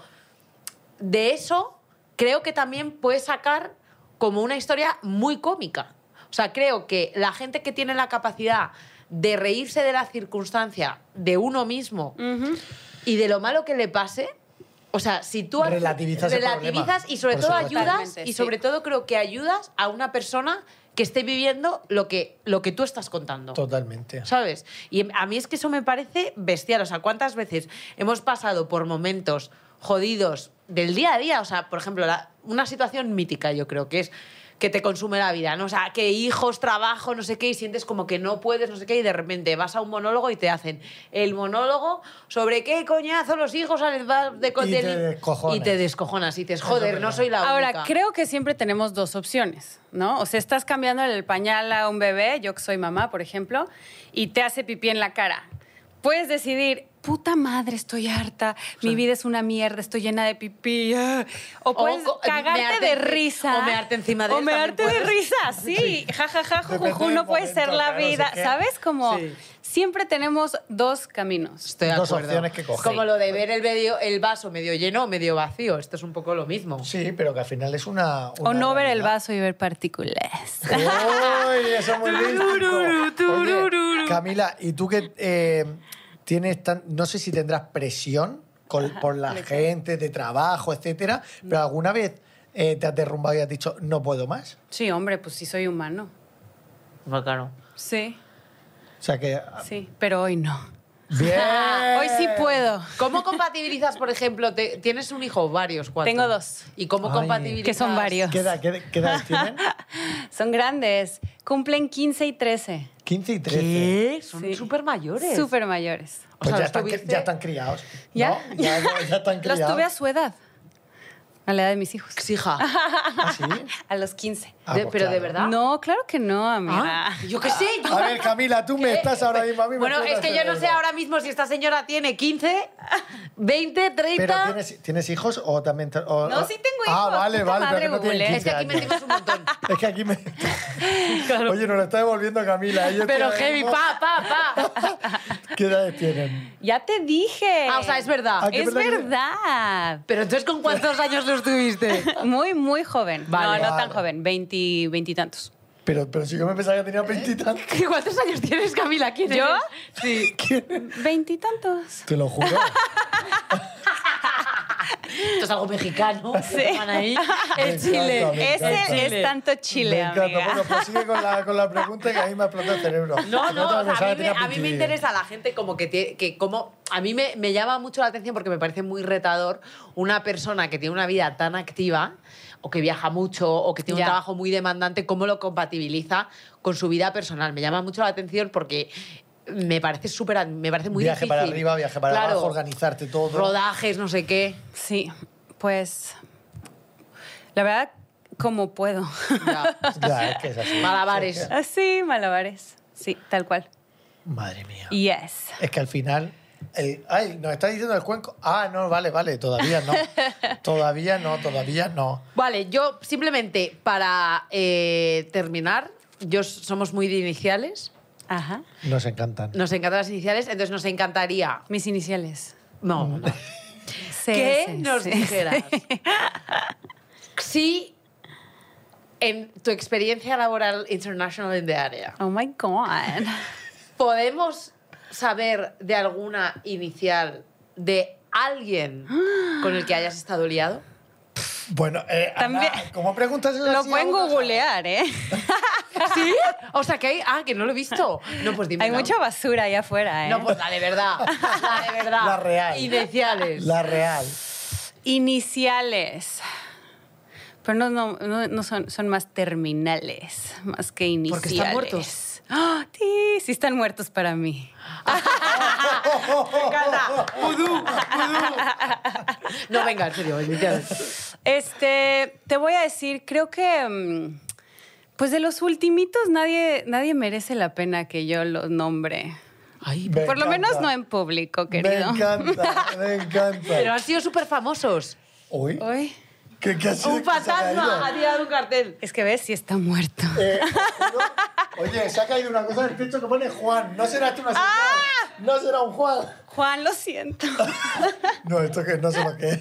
de eso creo que también puedes sacar como una historia muy cómica. O sea, creo que la gente que tiene la capacidad de reírse de la circunstancia, de uno mismo Ujú. y de lo malo que le pase, o sea, si tú haces- Relativizas el relativizas problema, y sobre por todo supuesto. ayudas Totalmente, y sí. sobre todo creo que ayudas a una persona que esté viviendo lo que, lo que tú estás contando. Totalmente. ¿Sabes? Y a mí es que eso me parece bestial. O sea, ¿cuántas veces hemos pasado por momentos jodidos del día a día? O sea, por ejemplo, la- una situación mítica, yo creo que es que te consume la vida, ¿no? O sea, que hijos, trabajo, no sé qué, y sientes como que no puedes, no sé qué, y de repente vas a un monólogo y te hacen el monólogo sobre qué coñazo los hijos al bar de Y te descojonas. Y te descojonas y dices, Eso es joder, no verdad. soy la única. Ahora, creo que siempre tenemos dos opciones, ¿no? O sea, estás cambiando el pañal a un bebé, yo que soy mamá, por ejemplo, y te hace pipí en la cara. Puedes decidir, puta madre, estoy harta, mi vida es una mierda, estoy llena de pipí. ah". O puedes co- cagarte eh, mearte de enci- risa. o mearte encima de O él mearte también de puedes. risa, sí. Ja, ja, ja, ju, ju, Depende ju, del no puede ser momento, la claro, no sé vida. qué. ¿Sabes? Como Sí. siempre tenemos dos caminos. Estoy de Dos acuerdo. opciones que coges. Como lo de ver el, medio- el vaso medio lleno o medio vacío. Esto es un poco lo mismo. Sí, pero que al final es una. O una no ver el realidad. vaso y ver partículas. ¡Uy! Eso es muy místico. Oye, Camila, ¿y tú que eh, tienes tan. No sé si tendrás presión con- por la gente, de trabajo, etcétera, pero alguna vez eh, te has derrumbado y has dicho, no puedo más. Sí, hombre, pues sí soy humano. Bueno, claro. Sí. sea que... Sí, pero hoy no. Eh. ¡Bien! Hoy sí puedo. ¿Cómo compatibilizas, por ejemplo, te- tienes un hijo o varios? ¿Cuántos? Tengo dos. ¿Y cómo Ay. compatibilizas? Que son varios. ¿Qué edad, qué, edad- qué edad tienen? Son grandes. Cumplen 15 y 13. 15 y 13. ¿Qué? Son Sí. súper mayores. Súper mayores. O Pues sea, ya, los están, cri- tuviste- ya están criados. ¿Ya? ¿No? Ya, ya- ya están Los criados. tuve a su edad. A la edad de mis hijos. Exija. ¿Ah, sí? A los 15. Ah, De- pues pero de claro. verdad. No, claro que no, amiga. Ah, yo qué sé. yo- A ver, Camila, tú me estás ahora mismo a mí me bueno, es suena que yo no sé cerebro. ahora mismo si esta señora tiene 15, 20, 30. Pero ¿tienes, ¿tienes hijos o también...? te- o- No, o- sí tengo Ah, hijos, vale, puta vale, madre, pero no tienen 15 Google. Es que aquí años. metimos un montón. Es que aquí me... Oye, nos lo está devolviendo Camila. Yo Pero estoy ahora heavy, mismo- pa, pa, pa. ¿Qué edades tienen? Ya te dije. Ah, o sea, es verdad. Ah, qué Es verdad que- verdad. Pero entonces, ¿con cuántos años los tuviste? Muy, muy joven. Vale. no, no tan Vale. joven. Veinti, veintitantos. Pero, pero si yo me pensaba que tenía ¿Eh? veintitantos. ¿Cuántos años tienes, Camila? ¿Quién ¿Yo? eres? Sí. Veintitantos. Te lo juro. Esto es algo mexicano. Sí. Ahí. Me En Chile. encanta, me Es, el- encanta. es tanto Me Chile, encanta. Bueno, amiga. pues sigue con la, con la pregunta que a mí me ha explotado el cerebro. No, no, Yo también o pensaba sea, a, que mí me, tenía a mí me puntiris. interesa la gente como que, tie- que como, a mí me, me llama mucho la atención porque me parece muy retador una persona que tiene una vida tan activa o que viaja mucho o que tiene Ya. un trabajo muy demandante, cómo lo compatibiliza con su vida personal. Me llama mucho la atención porque me parece súper, ad- me parece muy viaje difícil. para arriba, viaje para Claro. abajo, organizarte todo. Rodajes, no sé qué. Sí, pues. La verdad, como puedo. Ya. Ya, es que es así. Malabares. Así, malabares. Sí, tal cual. Madre mía. Yes. Es que al final. el- ay, nos está diciendo el cuenco. Ah, no, vale, vale, todavía no. todavía no, todavía no. Vale, yo simplemente para eh, terminar, yo s- somos muy de iniciales, Ajá. Nos encantan. nos encantan las iniciales, entonces nos encantaría... Mis iniciales. No, no. CS, ¿Qué nos sí. dijeras? Si en tu experiencia laboral internacional en the área, Oh my God. ¿podemos saber de alguna inicial de alguien con el que hayas estado liado? Bueno, eh, También- Ana, ¿cómo preguntas eso Lo así a pueden una? googlear, ¿eh? ¿Sí? O sea, que hay... Ah, que no lo he visto. No, pues dime. Hay mucha basura ahí afuera, ¿eh? No, pues la de verdad. La de verdad. La real. Iniciales. La real. Iniciales. Pero no, no, no, no son, son más terminales, más que iniciales. Porque están muertos. ¡Ah! sí, sí están muertos para mí. Cata, vudú, vudú. No, venga, en serio, iniciales. Este, te voy a decir, creo que... mm, Pues de los ultimitos nadie, nadie merece la pena que yo los nombre. Ay, Me Por lo menos encanta. no en público, Me querido. encanta, me pero encanta. han sido súper famosos. Uy, Uy, ¿qué, qué ha sido Un que se ha caído? fantasma ha tirado un cartel. es que ves, sí está muerto. Eh, os juro- Oye, se ha caído una cosa del techo que pone Juan. No será tú una señal. ¡Ah! No será un Juan. Juan, lo siento. No, esto que no sé lo que es.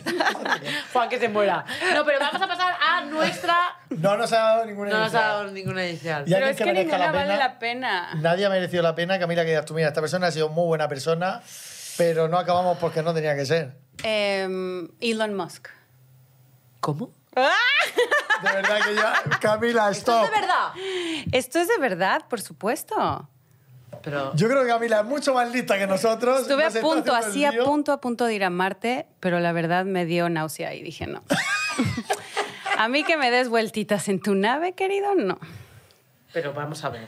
Juan, que se muera. No, pero vamos a pasar a nuestra. No nos ha dado ninguna No nos ha inicial. dado ninguna inicial. Y alguien Pero es que, merezca ninguna la vale pena. la pena. Nadie ha merecido la pena. Camila, que digas tú, mira, esta persona ha sido muy buena persona, pero no acabamos porque no tenía que ser. Em, Elon Musk. ¿Cómo? ¡Ah! De verdad que ya... Camila, Esto stop. es de verdad. Esto es de verdad, por supuesto. Pero. Yo creo que Camila es mucho más lista que nosotros. Estuve Nos a está punto, haciendo el así a lío. punto, a punto de ir a Marte, pero la verdad me dio náusea y dije no. a mí que me des vueltitas en tu nave, querido, no. Pero vamos a ver.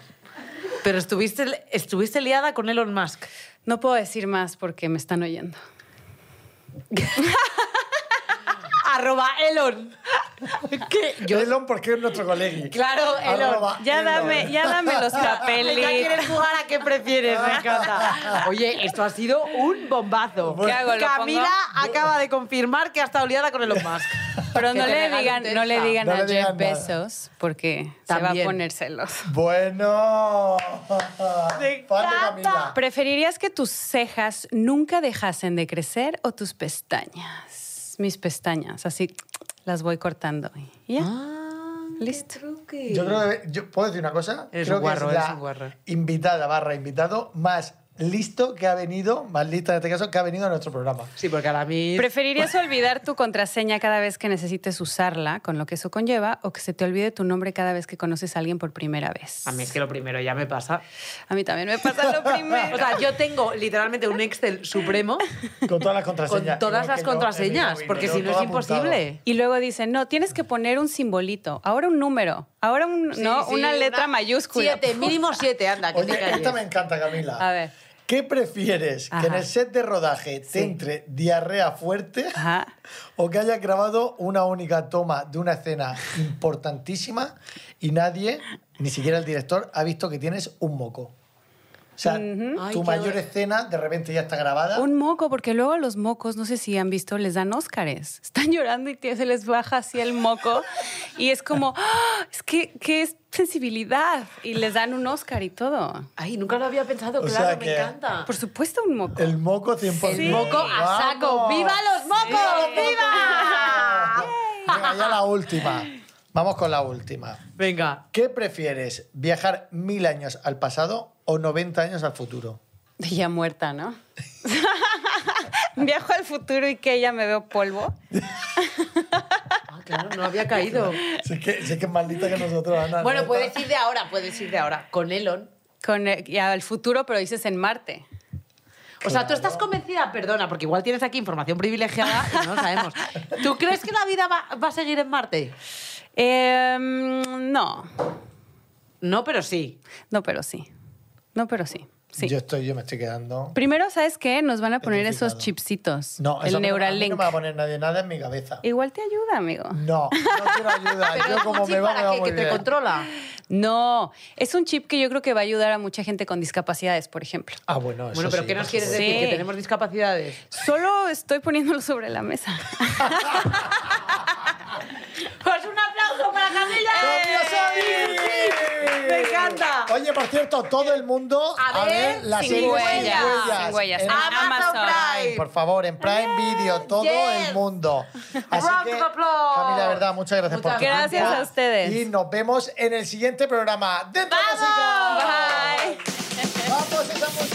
Pero estuviste, estuviste liada con Elon Musk. No puedo decir más porque me están oyendo. Arroba Elon. ¿Qué? Elon, porque es nuestro colegio. Claro, Elon. Arroba Ya Elon. dame, ya dame los Venga, ¿quieres papeles. jugar a qué prefieres? Me encanta. Oye, esto ha sido un bombazo. ¿Qué hago, lo Camila acaba de confirmar que ha estado liada con Elon Musk. Pero no Que te le regalen digan, no le Tesla. digan No a le Jeff digan nada. Bezos porque se va a También. poner celos. Bueno. Me Fan de encanta. Camila. ¿Preferirías que tus cejas nunca dejasen de crecer o tus pestañas? Mis pestañas, así las voy cortando. Y ya, Ah, listo. Yo creo que. yo- ¿Puedo decir una cosa? Eres creo un guarro, que es eres la un guarro. Invitada barra invitado más listo que ha venido, más lista en este caso, que ha venido a nuestro programa. Sí, porque ahora mismo... ¿Preferirías olvidar tu contraseña cada vez que necesites usarla, con lo que eso conlleva, o que se te olvide tu nombre cada vez que conoces a alguien por primera vez? A mí es que lo primero ya me pasa. A mí también me pasa lo primero. O sea, yo tengo literalmente un Excel supremo Con todas las con contraseñas. todas Igual las que yo, contraseñas, he venido, porque yo si no todo es apuntado. imposible. Y luego dicen, no, tienes que poner un simbolito, ahora un número, ahora un, Sí, no, sí, una letra una- mayúscula. Siete, mínimo siete, anda, que te Oye, calles. esta me encanta, Camila. A ver. ¿Qué prefieres? ¿Que en Ajá. el set de rodaje Sí. te entre diarrea fuerte Ajá. o que hayas grabado una única toma de una escena importantísima y nadie, ni siquiera el director, ha visto que tienes un moco? O sea, Ay, tu qué mayor dolor. escena de repente ya está grabada. Un moco, porque luego los mocos, no sé si han visto, les dan Óscares. Están llorando y te- se les baja así el moco. Y es como, ¡Ah! es que qué es sensibilidad. Y les dan un Óscar y todo. Ay, nunca lo había pensado, O claro, sea me que- encanta. Pues, Por supuesto, un moco. El moco 100%. El moco a saco. ¡Vamos! ¡Viva los mocos! ¡Viva! Venga, ya la última. Vamos con la última. Venga. ¿Qué prefieres? ¿Viajar mil años al pasado o 90 años al futuro? Ya muerta, ¿no? Viajo al futuro y que ya me veo polvo. Ah, claro, no había caído. Sé que, sé que es maldita que nosotros, Ana. Bueno, ¿no? puedes ir de ahora, puedes ir de ahora. Con Elon. Con el, ya al futuro, pero dices en Marte. O sea, tú estás convencida, perdona, porque igual tienes aquí información privilegiada y no lo sabemos. ¿Tú crees que la vida va, va a seguir en Marte? Em, no, No, pero sí. no, pero sí. No, pero sí. Sí. Yo, estoy, yo me estoy quedando. Primero, ¿sabes qué? Nos van a poner Identificado. esos chipsitos. No, eso el no me- a mí Neuralink. No me va a poner Mm. nadie nada en mi cabeza. Igual te ayuda, amigo. No, no quiero ayuda. Pero yo es un como chip me va, me para va que, muy que te bien. controla. No, es un chip que yo creo que va a ayudar a mucha gente con discapacidades, por ejemplo. Ah, bueno, eso Bueno, pero sí, ¿qué nos por quieres supuesto. decir? Sí. Que tenemos discapacidades. Solo estoy poniéndolo sobre la mesa. Pues un aplauso para Camila. ¡Cambio Sony! Me encanta. Oye, por cierto, todo el mundo A a ver, ver la Sin serie huellas, sin huellas. En Amazon Prime. por favor, en Prime Video, todo Yes. el mundo. Así Round que, of applause. Camila, de verdad, muchas gracias Muchas por tu gracias tiempo. a ustedes. Y nos vemos en el siguiente programa. ¡De ¡Vamos! Bye. ¡Vamos esa música!